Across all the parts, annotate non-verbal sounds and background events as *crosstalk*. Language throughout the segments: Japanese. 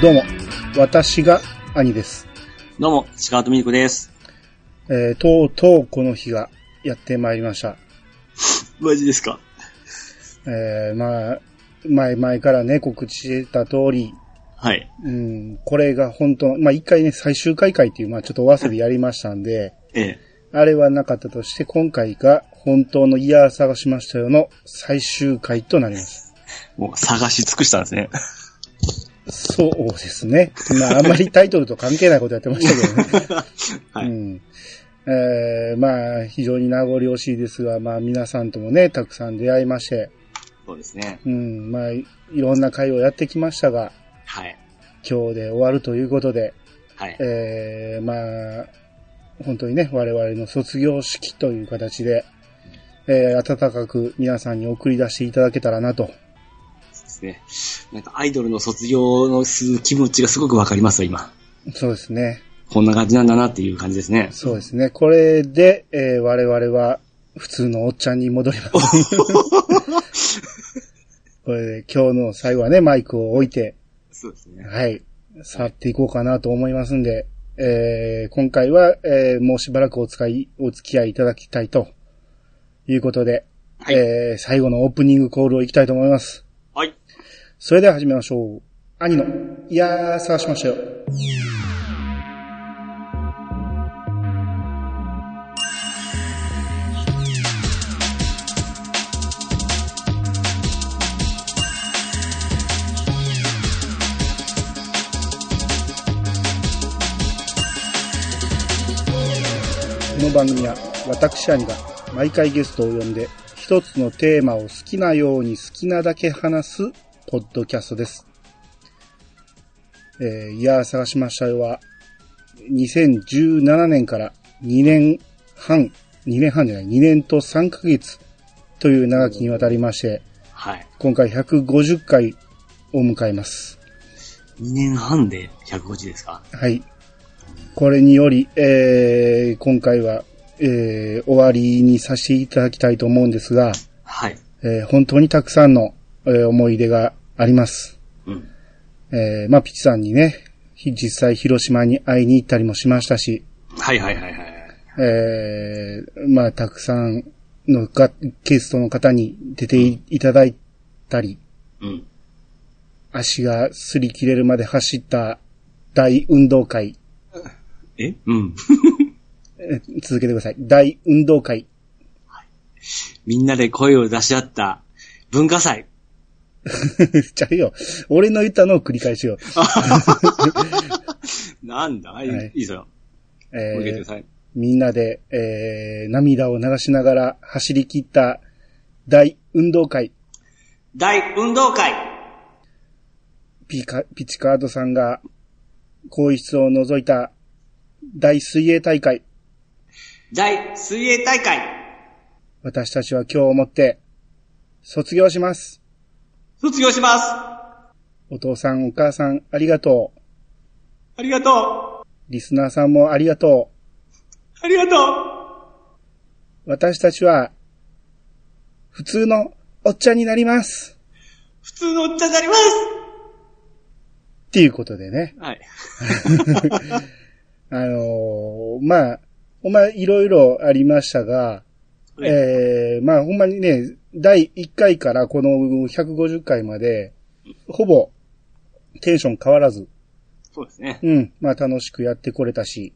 どうも、私が兄です。どうも、シカートミルクです。えー、とうとうこの日がやってまいりました。マジですかえー、まあ、前々からね、告知してた通り、はい。うん、これが本当の、まあ一回ね、最終回会っていう、まあちょっとお遊びやりましたんで、ええ。あれはなかったとして、今回が本当のイヤー探しましたよの最終回となります。もう探し尽くしたんですね。そうですね。まああんまりタイトルと関係ないことやってましたけどね。 *laughs* はうい。ん。えーまあ、非常に名残惜しいですが、まあ、皆さんともね、たくさん出会いまして、そうですね。うん、まあ、いいろんな会をやってきましたが、はい。今日で終わるということで、はい。えーまあ、本当にね、我々の卒業式という形で、えー温かく皆さんに送り出していただけたらなと。そうですね。なんかアイドルの卒業のする気持ちがすごくわかりますわ、今。そうですね。こんな感じなんだなっていう感じですね。そうですね。これで、えー我々は普通のおっちゃんに戻ります。 *laughs* これで今日の最後はね、マイクを置いて、そうですね。はい、去っていこうかなと思いますんで、えー今回は、えーもうしばらくお使い、お付き合いいただきたいということで、はいえー最後のオープニングコールをいきたいと思います。はい。それでは始めましょう。兄の、いやー、探しましたよ。この番組は私兄が毎回ゲストを呼んで一つのテーマを好きなように好きなだけ話すポッドキャストです。えー、いやー探しましたよは2017年から2年半、2年半じゃない、2年と3ヶ月という長きにわたりまして、はい。今回150回を迎えます。 2年半で150ですかはい。これにより、えー、今回は、えー、終わりにさせていただきたいと思うんですが、はい。えー、本当にたくさんの、えー思い出があります。うん。えー、まあ、ピチさんにね、ひ実際広島に会いに行ったりもしましたし、はいはいはいはい。えー、まあ、たくさんのがゲストの方に出ていいただいたり、うん。足が擦り切れるまで走った大運動会、え *laughs* うん。えー続けてください。大運動会。みんなで声を出し合った文化祭。 *laughs* ちゃうよ。俺の言ったのを繰り返しよう。なんだ、い、はいいいですよ。え受けてーください。みんなで、えー涙を流しながら走り切った大運動会。大運動会ピカピチカードさんが、更衣室を除いた大水泳大会。大水泳大会私たちは今日をもって、卒業します。卒業します。あお父さんお母さんありがとう。りがとリスナーさんもありがとう。ありがとう。私たちは、普通のおっちゃんになります。う。普通のおっちゃんになります。っていうことでね。はい。 *laughs* あのーまあ、ほんまいろいろありましたが、はいええまあほんまにね、第1回からこの150回まで、ほぼテンション変わらず、そうですね。うん、まあ楽しくやってこれたし、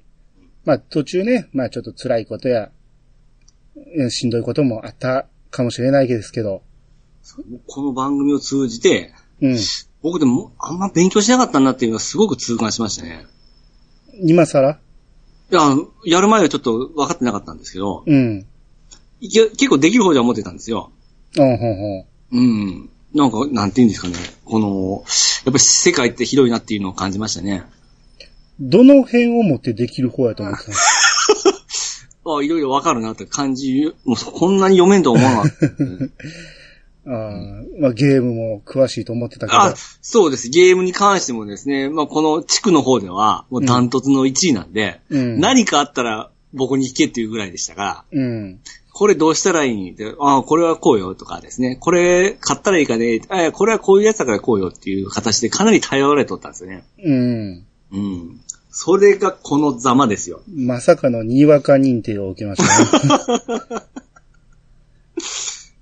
まあ途中ね、まあちょっと辛いことや、えーしんどいこともあったかもしれないですけど、この番組を通じて、うん、僕でもあんま勉強しなかったなっていうのはすごく痛感しましたね。今更いや、やる前はちょっと分かってなかったんですけど、うん、いけ結構できる方じゃ思ってたんですよ。うん、ほんほん。うん。なんか、なんて言うんですかね。この、やっぱり世界って広いなっていうのを感じましたね。どの辺をもってできる方やと思ってたのあいろいろ分かるなって感じ、もうそこんなに読めんとは思わなか *laughs* った。あーまあゲームも詳しいと思ってたけど、あ、そうです。ゲームに関してもですね、まあ、この地区の方では、もうダントツの1位なんで、うん何かあったら僕に聞けっていうぐらいでしたが、うん。これどうしたらいいんで、ああ、これはこうよとかですね。これ買ったらいいかね。ああこれはこういうやつだからこうよっていう形でかなり頼られとったんですよね。うん。うん。それがこのざまですよ。まさかのにわか認定を受けましたね。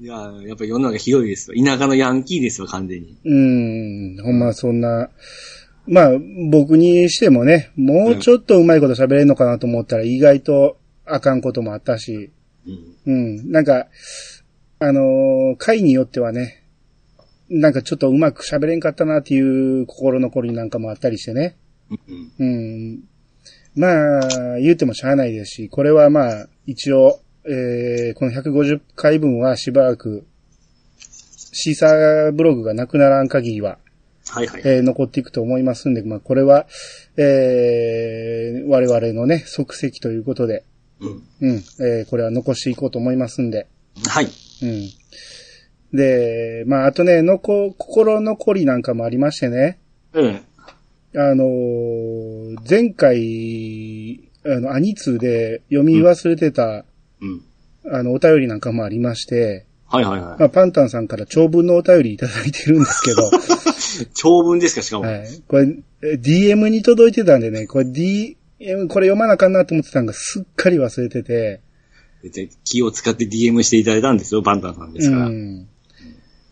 いやー、やっぱ世の中ひどいですよ。田舎のヤンキーですよ、完全に。うん。ほんまそんな。まあ、僕にしてもね、もうちょっとうまいこと喋れるのかなと思ったら意外とあかんこともあったし、ううん。ん。なんか、あのー回によってはね、なんかちょっとうまく喋れんかったなっていう心残りなんかもあったりしてね。うん。うん。まあ、言うてもしゃあないですし、これはまあ、一応、えー、この150回分はしばらく、シーサーブログがなくならん限りは、はいはい。えー残っていくと思いますんで、まあ、これは、えー、我々のね、即席ということで、うん。うん、えー、これは残していこうと思いますんで、はい。うん。で、まあ、あとね、のこ、心残りなんかもありましてね、うん。あのー前回、あの、アニツーで読み忘れてた、うん。あの、お便りなんかもありまして、はいはいはまあ、パンタンさんから長文のお便りいただいてるんですけど、 *laughs* い。長文ですか、しかも。はい。これ、え DM に届いてたんでね、これ DM、これ読まなあかんなと思ってたんがすっかり忘れてて、で気を使って DM していただいたんですよ、バンタンさんですから。うん。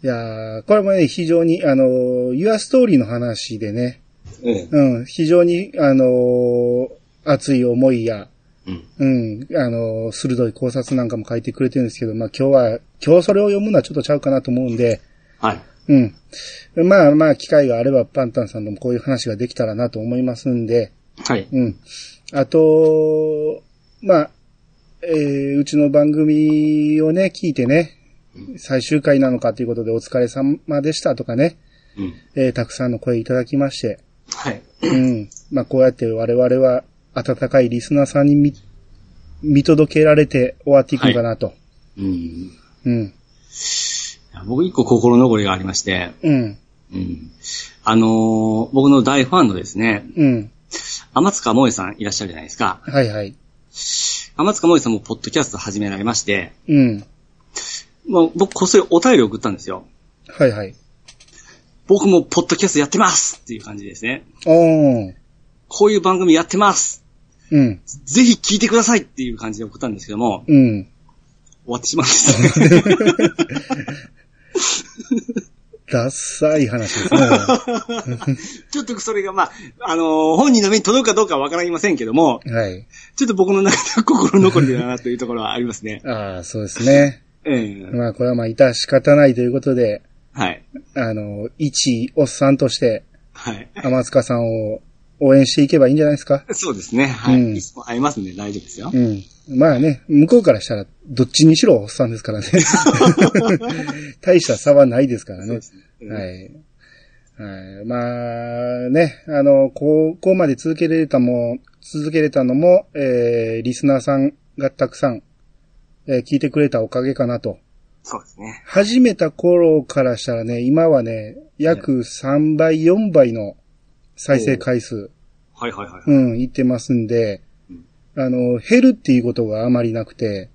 いやーこれもね、非常に、あのー、ユアストーリーの話でね、うん。うん、非常に、あのー熱い思いや、うん。うん、あの、鋭い考察なんかも書いてくれてるんですけど、まあ今日は、今日それを読むのはちょっとちゃうかなと思うんで、はい。うん。まあまあ、機会があればパンタンさんともこういう話ができたらなと思いますんで、はい。うん。あと、まあ、えー、うちの番組をね、聞いてね、最終回なのかということでお疲れ様でしたとかね、うん。えーたくさんの声いただきまして、はい。うん。まあ、こうやって我々は温かいリスナーさんに見、見届けられて終わっていくのかなと。うん。うん。僕一個心残りがありまして、うん。うん。あのー僕の大ファンのですね、うん。天塚萌さんいらっしゃるじゃないですか。はいはい。天塚萌さんもポッドキャスト始められまして、うん。まあ、僕こっそりお便りを送ったんですよ。はいはい。僕もポッドキャストやってますっていう感じですね。おー。こういう番組やってますうん。ぜひ聞いてくださいっていう感じで送ったんですけども、うん。終わってしまいましたね。ダッサい話ですね。ちょっとそれがまあ、あのー本人の目に届くかどうかはわかりませんけども、はい。ちょっと僕の中では心残りだなというところはありますね。ああ、そうですね。ええまあ、これはまあ、いた仕方ないということで、はい。あの、一おっさんとして、はい。天塚さんを応援していけばいいんじゃないですか。そうですね。はい。うんいつも会えますんで大丈夫ですよ。うん。まあね、向こうからしたら、どっちにしろおっさんです *laughs* からね。大した差はないですからね。うんはい。はい。まあね、あの、ここまで続けれたも、続けれたのも、えー、リスナーさんがたくさん、えー聞いてくれたおかげかなと。そうですね。始めた頃からしたらね、今はね、約3倍、4倍の再生回数、はいはいはい。うん、いってますんで、あの、減るっていうことがあまりなくて、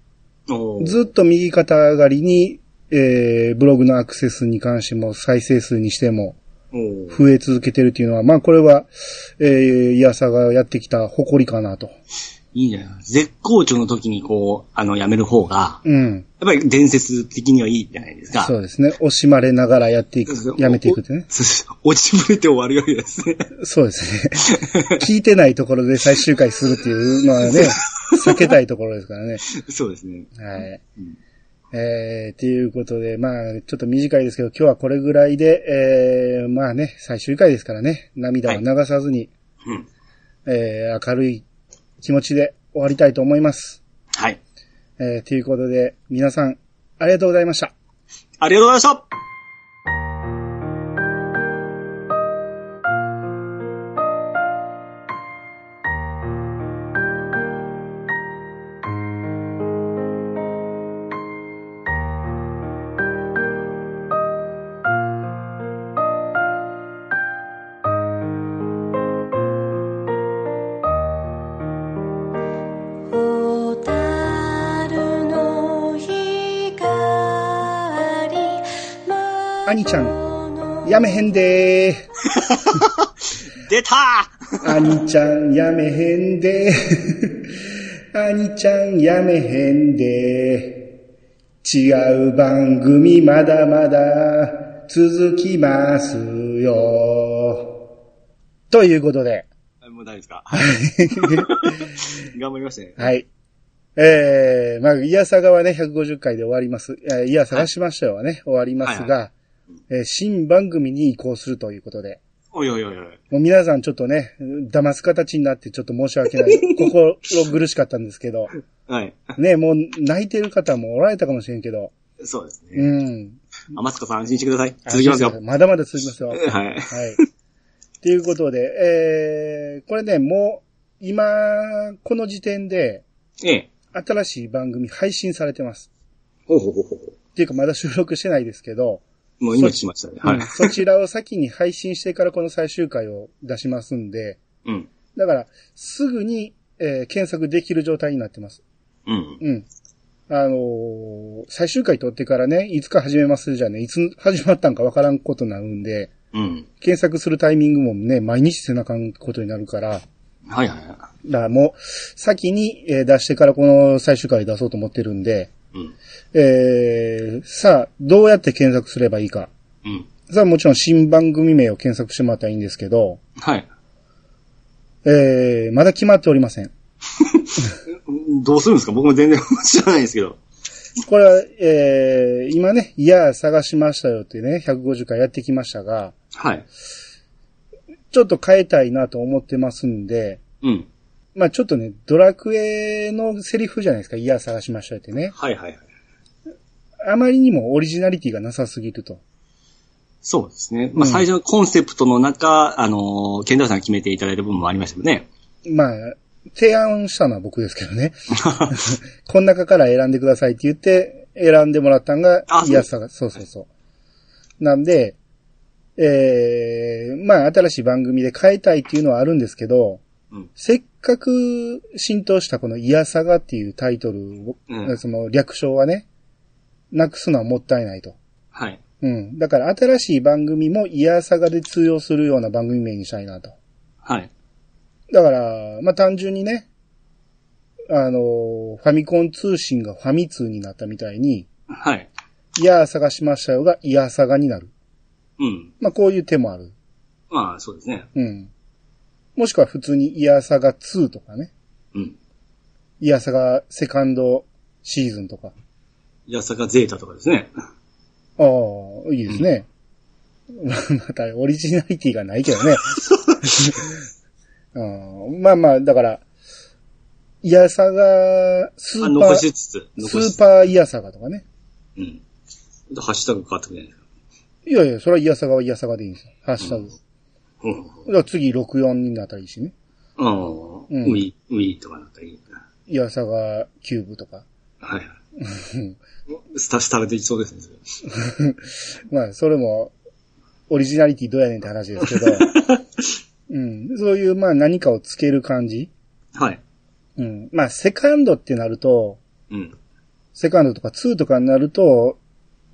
おーずっと右肩上がりに、えー、ブログのアクセスに関しても、再生数にしても、おー増え続けてるっていうのは、まあこれは、えー、イヤサがやってきた誇りかなと。いいんじゃない絶好調の時にこう、あの、やめる方が、うん。やっぱり伝説的にはいいじゃないですか。そうですね。惜しまれながらやっていくそうそう、やめていくってね。そうそう落ちぶれて終わるよりですね。そうですね。聞いてないところで最終回するっていうのはね、避けたいところですからね。そうですね。はい。えー、っていうことで、まあ、ちょっと短いですけど、今日はこれぐらいで、えー、まあね、最終回ですからね、涙は流さずに、うん。えー、明るい気持ちで終わりたいと思います。はい。えー、ということで、皆さん、ありがとうございました。ありがとうございました「蛍の光兄ちゃん、やめへんでー。出た兄ちゃんやめへんで。兄ちゃんやめへんで。違う番組まだまだ続きますよ。ということで。 *laughs* ー *laughs* もう大丈夫ですか頑張りましたね。はい。えー、まあ、イヤサガはね、150回で終わります。えー、イヤサガしましたよはね、終わりますが、えー新番組に移行するということで。おいおいおいおい。もう皆さんちょっとね、騙す形になってちょっと申し訳ない。心苦しかったんですけど。はい。 *laughs* ね、もう泣いてる方もおられたかもしれんけど。そうですね。うん。天塚さん安心してください。続きますよ。あまだまだ続きますよ。はい。はい。ということで、えー、これね、もう、今、この時点で、ええ。新しい番組配信されてます。ほうほうほうほう。っていうか、まだ収録してないですけど、もう今しましたね。はうんい。そちらを先に配信してからこの最終回を出しますんで、うん。だから、すぐに、えー検索できる状態になってます。うん。うん。あのー最終回撮ってからね、いつか始めますじゃね、いつ始まったんかわからんことになるんで、うん。検索するタイミングもね、毎日せなあかんことになるから、だかはいはいはらもう、先にえー出してからこの最終回出そうと思ってるんで、い。うん。えー、さあ、どうやって検索すればいいか。うん。さあ、もちろん新番組名を検索してもらったらいいんですけど、はい。えー、まだ決まっておりません。どうするんですか僕も全然知らないんですけど。これは、えー、今ね、いや、探しましたよってね、150回やってきましたが、はい。ちょっと変えたいなと思ってますんで、うん。まあちょっとね、ドラクエのセリフじゃないですか、いや、探しましたよってね。はいはいはい。あまりにもオリジナリティがなさすぎると。そうですね。まあうん最初のコンセプトの中、あのー、ケンダーさんが決めていただいた部分もありましたよね。まあ、提案したのは僕ですけどね。 *laughs* この中から選んでくださいって言って、選んでもらったんがあ、いや、探しそうそうそう。なんで、えー、まあ新しい番組で変えたいっていうのはあるんですけど、うん。せっかく浸透したこのイヤサガっていうタイトルを、うんその略称はね、なくすのはもったいないと。はい。うん。だから新しい番組もイヤサガで通用するような番組名にしたいなと。はい。だから、まあ、単純にね、あのー、ファミコン通信がファミ通になったみたいに、はい。イヤーサガしましたよがイヤーサガになる。うん。まあ、こういう手もある。まあそうですね。うん。もしくは普通にイヤーサガ2とかね。うん。イヤーサガセカンドシーズンとか。八坂ゼータとかですね。ああ、いいですね。 *laughs* また、オリジナリティがないけど *laughs* ね。うん、まあまあ、だから、イヤサガ、スーあパ残ーし、つつ、ス残しつーつ。パーイヤサガとかね。うん。ハッシュタグ変わってくるじゃないですか。いやいや、それはイヤサガはイヤサガでいいんですよ。ハッシュタグ。うん。だから次、64になったらいいしね。うん。うんウィ、ウィとかなんかいいな。イヤサガキューブとか。はいはい。スタ、スタルでいきそうですね。それまあ、それも、オリジナリティどうやねんって話ですけど。うん。そういう、まあ、何かをつける感じ。はい。うん。まあ、セカンドってなると、うん。セカンドとか2とかになると、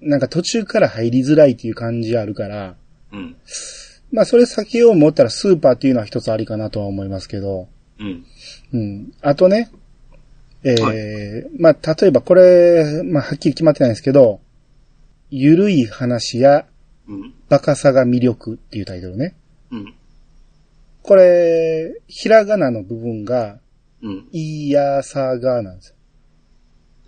なんか途中から入りづらいっていう感じあるから、うん。まあそれ避けよう思ったらスーパーっていうのは一つありかなとは思いますけど、うん。うん。あとね、えーはまあ例えばこれ、まあはっきり決まってないんですけど、ゆるい話やうん。バカさが魅力っていうタイトルね。うん。これ、ひらがなの部分が、うん。いやさがなんですよ。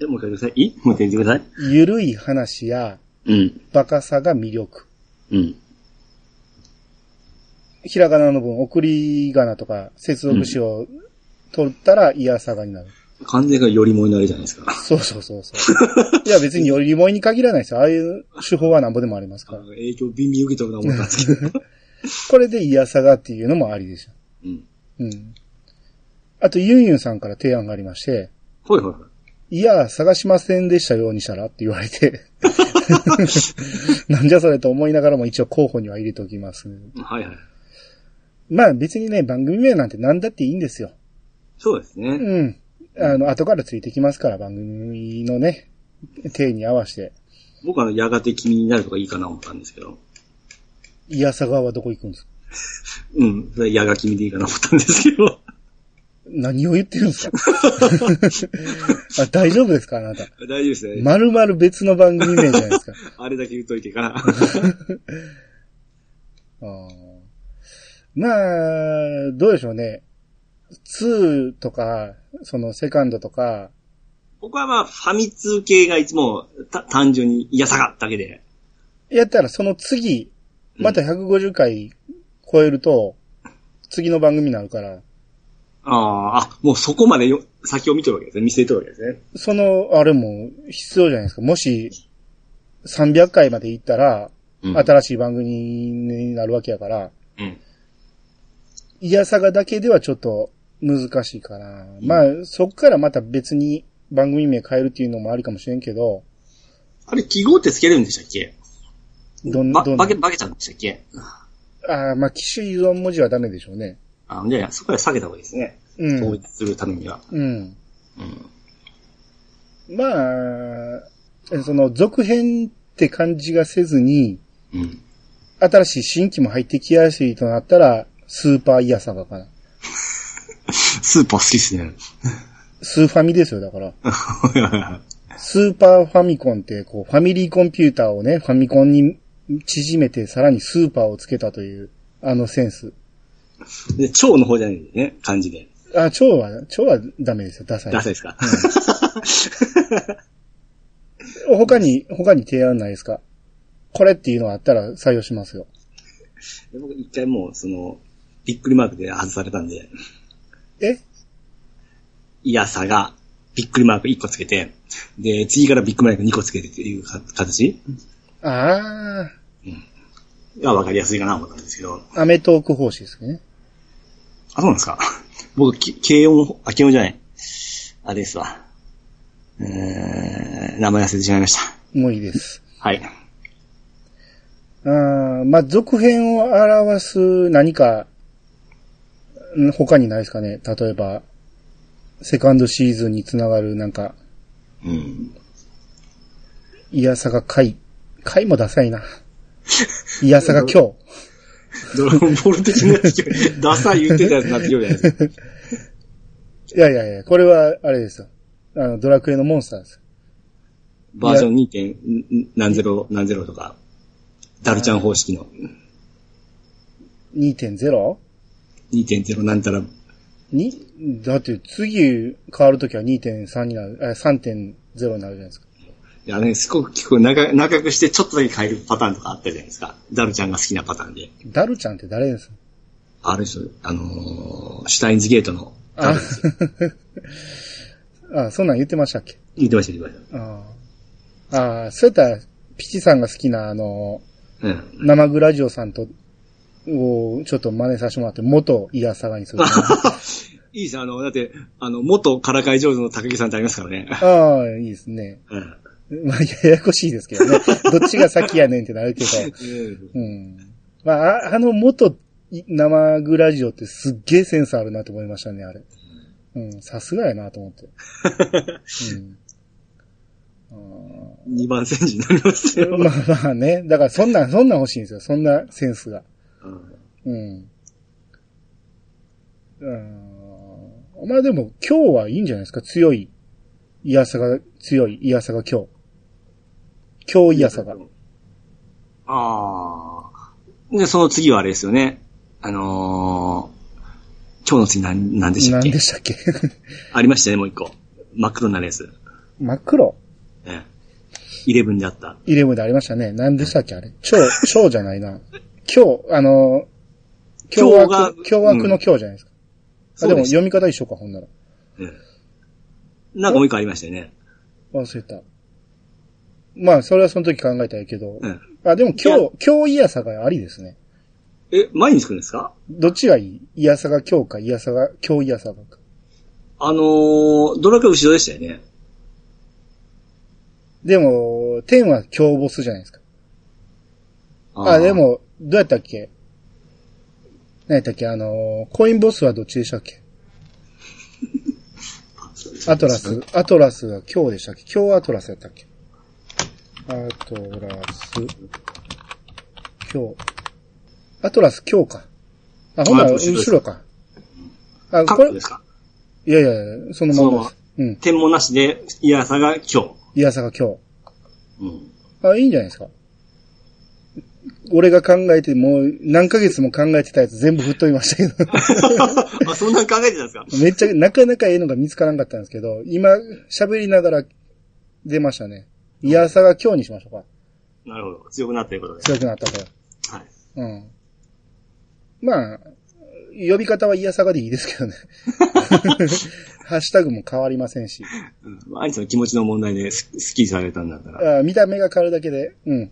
え、もう一回言ってください。いいもう一回言ってください。ゆるい話やうん。バカさが魅力。うん。ひらがなの分、送り仮名とか、接続詞を取ったら、いやさがになる。完全がよりもになるじゃないですか。そうそうそうそう。いや、別によりもいに限らないですよ。ああいう手法はなんぼでもありますから。影響ビンビン受けたくな思ったんですけど。 *laughs* これでいやさがっていうのもありでした。うん。うん。あと、ユンユンさんから提案がありまして、ほいほいほい。いや、探しませんでしたようにしたらって言われて、 *laughs* なんじゃそれと思いながらも一応候補には入れておきます。はいはい。まあ別にね、番組名なんて何だっていいんですよ。そうですね。うん。あの、後からついてきますから、番組のね、手に合わせて。僕はやがて君になるとかいいかな思ったんですけど。いやさがはどこ行くんですかうん。それやが君でいいかな思ったんですけ *laughs* ど。何を言ってるんですかあ大丈夫ですかあなた。大丈夫ですね。まるまる別の番組名じゃないですか。あれだけ言っといてから。 *laughs* あーまあ、どうでしょうね。2とか、そのセカンドとか、僕はまあ、ファミ通系がいつもた単純に嫌さがだけで。やったらその次、また150回超えると、次の番組になるから、ああ、あ、もうそこまでよ先を見とるわけですね。見据えとるわけですね。その、あれも必要じゃないですか。もし、300回まで行ったら、うん新しい番組になるわけやから、うん。嫌さがだけではちょっと難しいかな。まあ、そっからまた別に番組名変えるっていうのもありかもしれんけど、あれ、記号ってつけるんでしたっけどんば、どんばけ、ばけちゃうんでしたっけああ、まあ、機種依存文字はダメでしょうね。あじゃあ、そこは下げた方がいいですね。う統ん。一するためには。うん。うん。まあ、その、続編って感じがせずに、うん。新しい新規も入ってきやすいとなったら、スーパーイヤサガかな。スーパー好きっす *laughs* ね。スーファミですよ、だから。スーパーファミコンって、こう、ファミリーコンピューターをね、ファミコンに縮めて、さらにスーパーをつけたという、あのセンス。で、蝶の方じゃないんでね、漢字で。あ、蝶は、蝶はダメですよ、ダサい。ダサいですか。他に、他に提案ないですかこれっていうのがあったら採用しますよ。で僕一回もう、その、びっくりマークで外されたんで、えいやさが、びっくりマーク1個つけて、で、次からびっくりマーク2個つけてっていうか形あがわかりやすいかなと思ったんですけど。あ、アメトーク方式ですね。あ、そうなんですか。 *laughs* 僕、き軽音、あ、軽音じゃない。あれですわ。えー、名前忘れてしまいました。もういいです。はい。あーまあ、続編を表す何か、ん他にないですかね例えば、セカンドシーズンにつながるなんか、うん。いやさが回。回もダサいな。いやさが今ドラゴンボール的なやつ、ダサい言ってたやつになってくるじゃないですか。日。いやいやいや、これは、あれですよ。あの、ドラクエのモンスターです。バージョン 2. 点ん何ゼロ、何ゼロとか、ダルちゃん方式の 2.0? 2.0なんたら、にだって次変わるときは2.3になる、え3.0になるじゃないですか。いやね、すごく結構長長くしてちょっとだけ変えるパターンとかあったじゃないですか。ダルちゃんが好きなパターンで。ダルちゃんって誰ですかある人、あのーシュタインズゲートのダルあ、 *laughs* あ、そんなん言ってましたっけ言ってました、言ってましああ、ああそういったら、ピチさんが好きな、あの、た。うん。生グラジオさんと、をちょっと真似させてもらって、元イヤサガにする。あいいです、あの、だって、あの、元からかい上手の高木さんってありますからね。あ、いいですね。うん。まあ、ややこしいですけどね。どっちが先やねんってなるけど。うん。まあ、ああの元い生グラジオってすっげえセンスあるなと思いましたね、あれ。うん、さすがやなと思って。うん。あ二番戦時になりますよ。ー *laughs* まあまあね。だからそんなん、そんなん欲しいんですよ。そんなセンスが。うんうん。うん。まあでも、今日はいいんじゃないですか強い。いやさが、強い。いやさが今日。今日いやさが。ああ。で、その次はあれですよね。あのー今日の次何、何でしたっ何けでしたっけ *laughs* ありましたね、もう一個。真っ黒なレース。真っ黒。ええ。イレブンであった。イレブンでありましたね。何でしたっけあれ。 *laughs* 超、超じゃないな。今日、あのー、凶凶が悪、凶悪の今日じゃないですか。あ、でそうもでした読み方一緒か、ほんなら。ええなんかもう一個ありましたよね。忘れた。まあ、それはその時考えたんやけど。うんあ、でも今いや日、今日イヤさがありですね。え、毎日来るんですかどっちがいいイヤさが今日か、イヤさが、今日イヤさがか。あのー、ドラクエ後ろでしたよね。でも、天は今日ボスじゃないですか。あ、ーで。も、どうやったっけ何やったっけあのー、コインボスはどっちでしたっけアトラス、アトラスは今日でしたっけ今日アトラスやったっけアトラス、今日。アトラス今日か。あ、ほんなら後ろで後すろか。あ、カこッれプで、すかいやいやいや、そのまんまです。うん。点もなしで、イヤサが今イヤサが今 *laughs* 日。うん。日。あ、いいんじゃないですか。俺が考えて、もう何ヶ月も考えてたやつ全部吹っ飛びましたけど。あ、そんなん考えてたんですかめっちゃ、なかなかええのが見つからんかったんですけど、今、喋りながら出ましたね。イヤサが今日にしましょうか。なるほど。強くなったということで。強くなったから。はい。うん。まあ、呼び方はイヤサガでいいですけどね。ハッシュタグも変わりませんし。うん。まあ、兄さんの気持ちの問題でススッキリされたんだったら。あ見た目が変わるだけで、うん。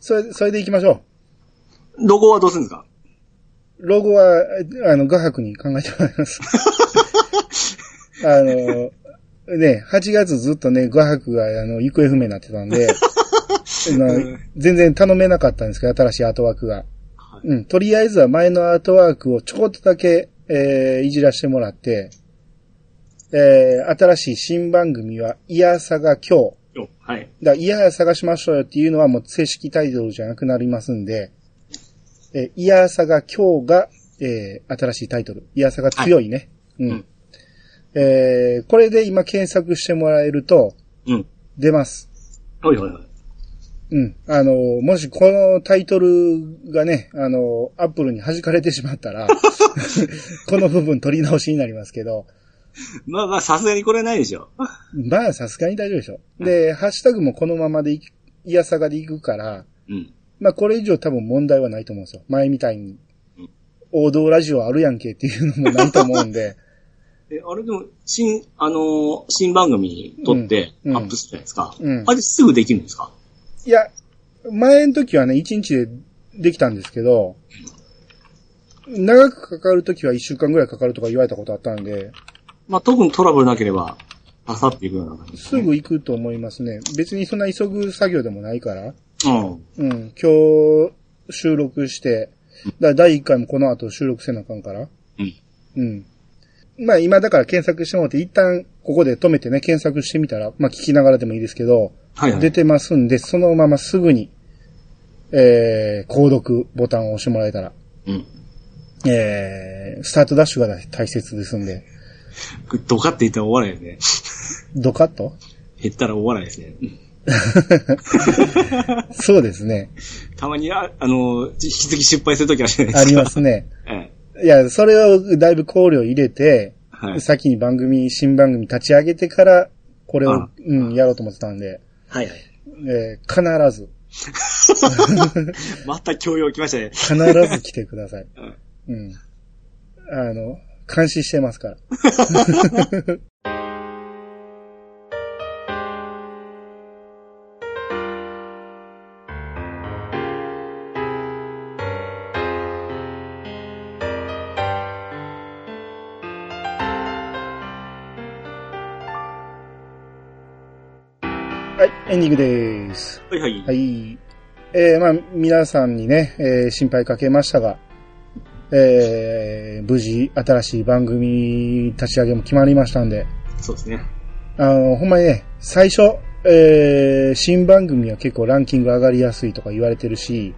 それ、それで行きましょロゴはどうするんですかう。ロゴは、あの、画伯に考えてもらいます。 *laughs* あの、ね、8月ずっとね、画伯が、あの、行方不明になってたん *laughs* で、まあ全然頼めなかったんですけど、新しいアートワークが。はいうん、とりあえずは前のアートワークをちょこっとだけ、えー、いじらしてもらって、えー、新しい新番組は、イヤーサが今日。よはい。だからイヤー探しましょうよっていうのはもう正式タイトルじゃなくなりますんで、えー、イヤーサが今日が、えー、新しいタイトル。イヤーサが強いね。ううんん。えー、これで今検索してもらえると、うん。出ます。はいはいはい。うん。あの、もしこのタイトルがね、あの、アップルに弾かれてしまった *laughs* ら、この部分取り直しになりますけど、まあまあ、さすがにこれはないでしょ。まあさすがに大丈夫でしょ。で、ハッシュタグもこのままでいき、いやさがでいくから、うん。まあこれ以上多分問題はないと思うんですよ。前みたいにうん。王道ラジオあるやんけっていうのもないと思うんで、え、あれでも、新、あのー新番組撮ってうんアップするじゃないですか。うんあれすぐできるんですか *laughs* いや、前の時はね、1日でできたんですけど、長くかかる時は1週間ぐらいかかるとか言われたことあったんで、まあ、特にトラブルなければ、パサっていくような感じですすね。ぐ行くと思いますね。別にそんな急ぐ作業でもないから。うん。うん。今日収録して、だから第1回もこの後収録せなあかんから。うん。うん。まあ今だから検索してもらって、一旦ここで止めてね、検索してみたら、まあ聞きながらでもいいですけど、はいはい。出てますんで、そのまますぐに、えー、購読ボタンを押してもらえたら、うん。えー、スタートダッシュが大切ですんで、ドカっていったら終わらないよね。ドカッと減ったら終わらないですね。うんそうですね。たまに、あ、あのー、引き続き失敗するときあるじゃないであすりか。ますね。 *laughs* ええいや、それをだいぶ考慮入れて、はい。先に番組、新番組立ち上げてから、これをあ、うん、やろうと思ってたんで、はいはい。えー必ず、また教養来ましたね。必ず来てください。うんうん。あの、監視してますから。 *laughs* はい、エンディングです。はいはい。はい。えー、まあ、皆さんにね、えー心配かけましたが、えー、無事、新しい番組立ち上げも決まりましたんで、そうですね。あの、ほんまにね、最初、えー、新番組は結構ランキング上がりやすいとか言われてるし、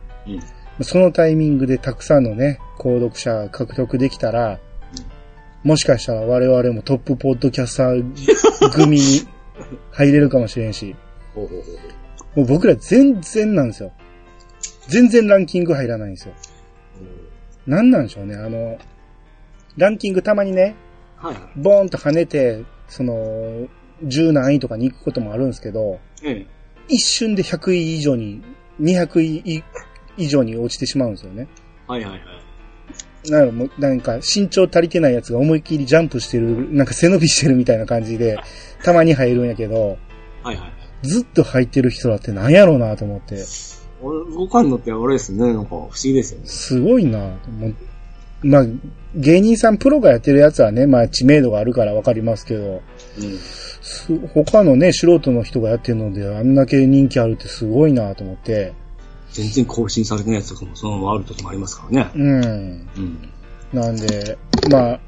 うん。そのタイミングでたくさんのね、購読者獲得できたら、もしかしたら我々もトップポッドキャスター組に入れるかもしれんし、ほうほうほうほもう僕ら全然なんですよ。全然ランキング入らないんですよ。ううん。なんなんでしょうね。あの、ランキングたまにね、はいはい。ボーンと跳ねて、その、10何位とかに行くこともあるんですけど、ええ。一瞬で100位以上に、200位以上に落ちてしまうんですよね。はいはいはい。なのもうなんか身長足りてないやつが思いっきりジャンプしてる、なんか背伸びしてるみたいな感じで、たまに入るんやけど、はいはい。ずっと入ってる人だってなんやろうなと思って。俺動かんのってあれですね。なんか不思議ですよね。すごいなもうまあ、芸人さんプロがやってるやつはね、まあ知名度があるからわかりますけど、うん。す他のね、素人の人がやってるので、あんだけ人気あるってすごいなと思って。全然更新されてないやつとかもそのままある時もありますからね。うん。うん。なんで、まあ、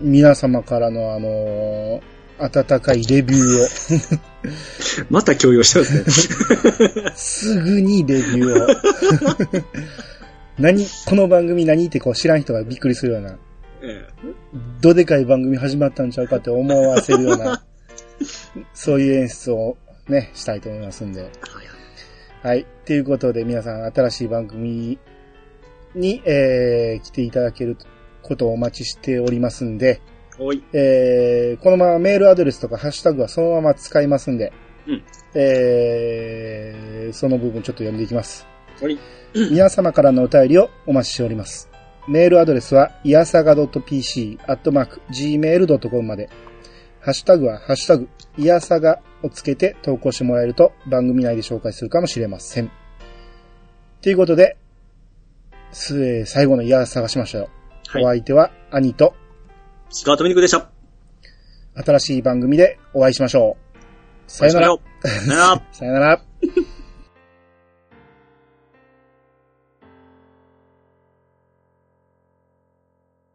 皆様からのあのー温かいレビューをまた強要しちゃうんです *laughs* ね。すぐにレビューを。 *laughs* 何、この番組何ってこう知らん人がびっくりするような、えどでかい番組始まったんちゃうかって思わせるような、 *laughs* そういう演出をね、したいと思いますんで。えはいははいい。ということで皆さん新しい番組に、えー、来ていただけることをお待ちしておりますんで、おい。えー、このままメールアドレスとかハッシュタグはそのまま使いますんで、うんえー、その部分ちょっと読んでいきます。おい。皆様からのお便りをお待ちしております。メールアドレスは、いやさが .pc、アットマーク、gmail.com まで。ハッシュタグは、ハッシュタグ、いやさがをつけて投稿してもらえると、番組内で紹介するかもしれません。ということで、すえー最後のいやさがしましたよ。おはい。相手は、兄と、石川とみにくでした。新しい番組でお会いしましょう。さよなら。さよなら。さよなら。